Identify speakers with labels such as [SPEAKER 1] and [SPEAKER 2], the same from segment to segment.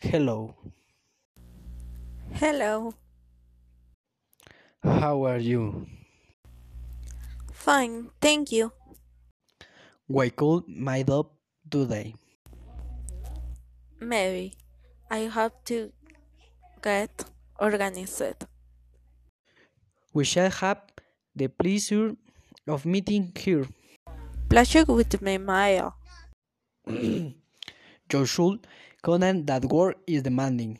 [SPEAKER 1] Hello,
[SPEAKER 2] Hello.
[SPEAKER 1] how are you?
[SPEAKER 2] Fine, thank you.
[SPEAKER 1] We could meet up today.
[SPEAKER 2] Maybe I have to get organized.
[SPEAKER 1] We shall have the pleasure of meeting here.
[SPEAKER 2] Pleasure with my mail.
[SPEAKER 1] You should comment that work is demanding.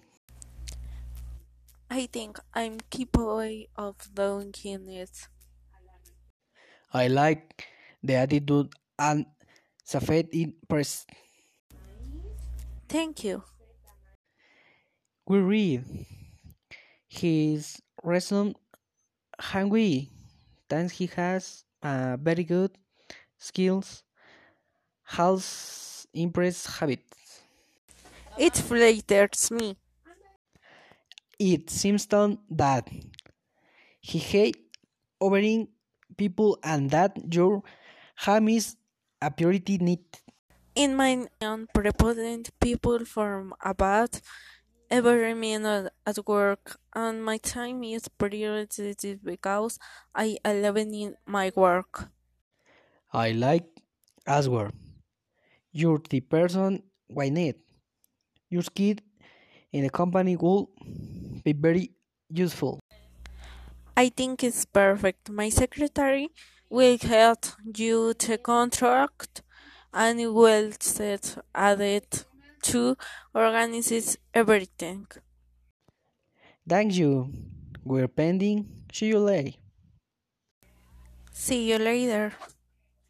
[SPEAKER 2] I think I'm capable of doing it.
[SPEAKER 1] I like the attitude and Safed in press.
[SPEAKER 2] Thank you.
[SPEAKER 1] We read his resume hungry. Thanks he has uh, very good skills, has impressed habits.
[SPEAKER 2] It flatters me.
[SPEAKER 1] it seems done that he hate overing people and that your ham is a purity need.
[SPEAKER 2] In my own prepotent people from about every minute at work, and my time is prioritized because I love in my work.
[SPEAKER 1] I like as well. You're the person we need. Your skill in the company will be very useful.
[SPEAKER 2] I think it's perfect. My secretary will help you to contract and will set add it to organize everything.
[SPEAKER 1] Thank you. We're pending. See you later.
[SPEAKER 2] See you later.